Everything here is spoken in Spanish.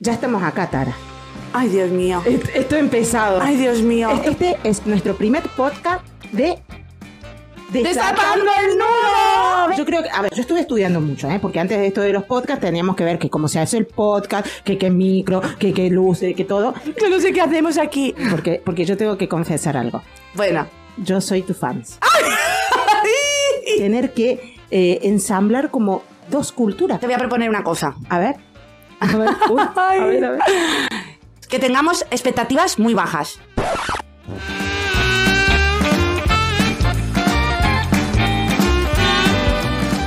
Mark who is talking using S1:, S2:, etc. S1: Ya estamos acá, Tara.
S2: Ay, Dios mío.
S1: Est- Esto ha empezado.
S2: Ay, Dios mío.
S1: Este- Este es nuestro primer podcast de...
S2: ¡Desatando
S1: el nudo! Yo creo que, a ver, yo estuve estudiando mucho, ¿eh? Porque antes de esto de los podcasts teníamos que ver que cómo se hace el podcast, que qué micro, que qué luces, que todo.
S2: Yo no sé qué hacemos aquí.
S1: Porque, porque yo tengo que confesar algo.
S2: Bueno.
S1: Yo soy tu fans. Tener que eh, ensamblar como dos culturas.
S2: Te voy a proponer una cosa.
S1: A ver. A ver, uy, a ver, a ver.
S2: Que tengamos expectativas muy bajas.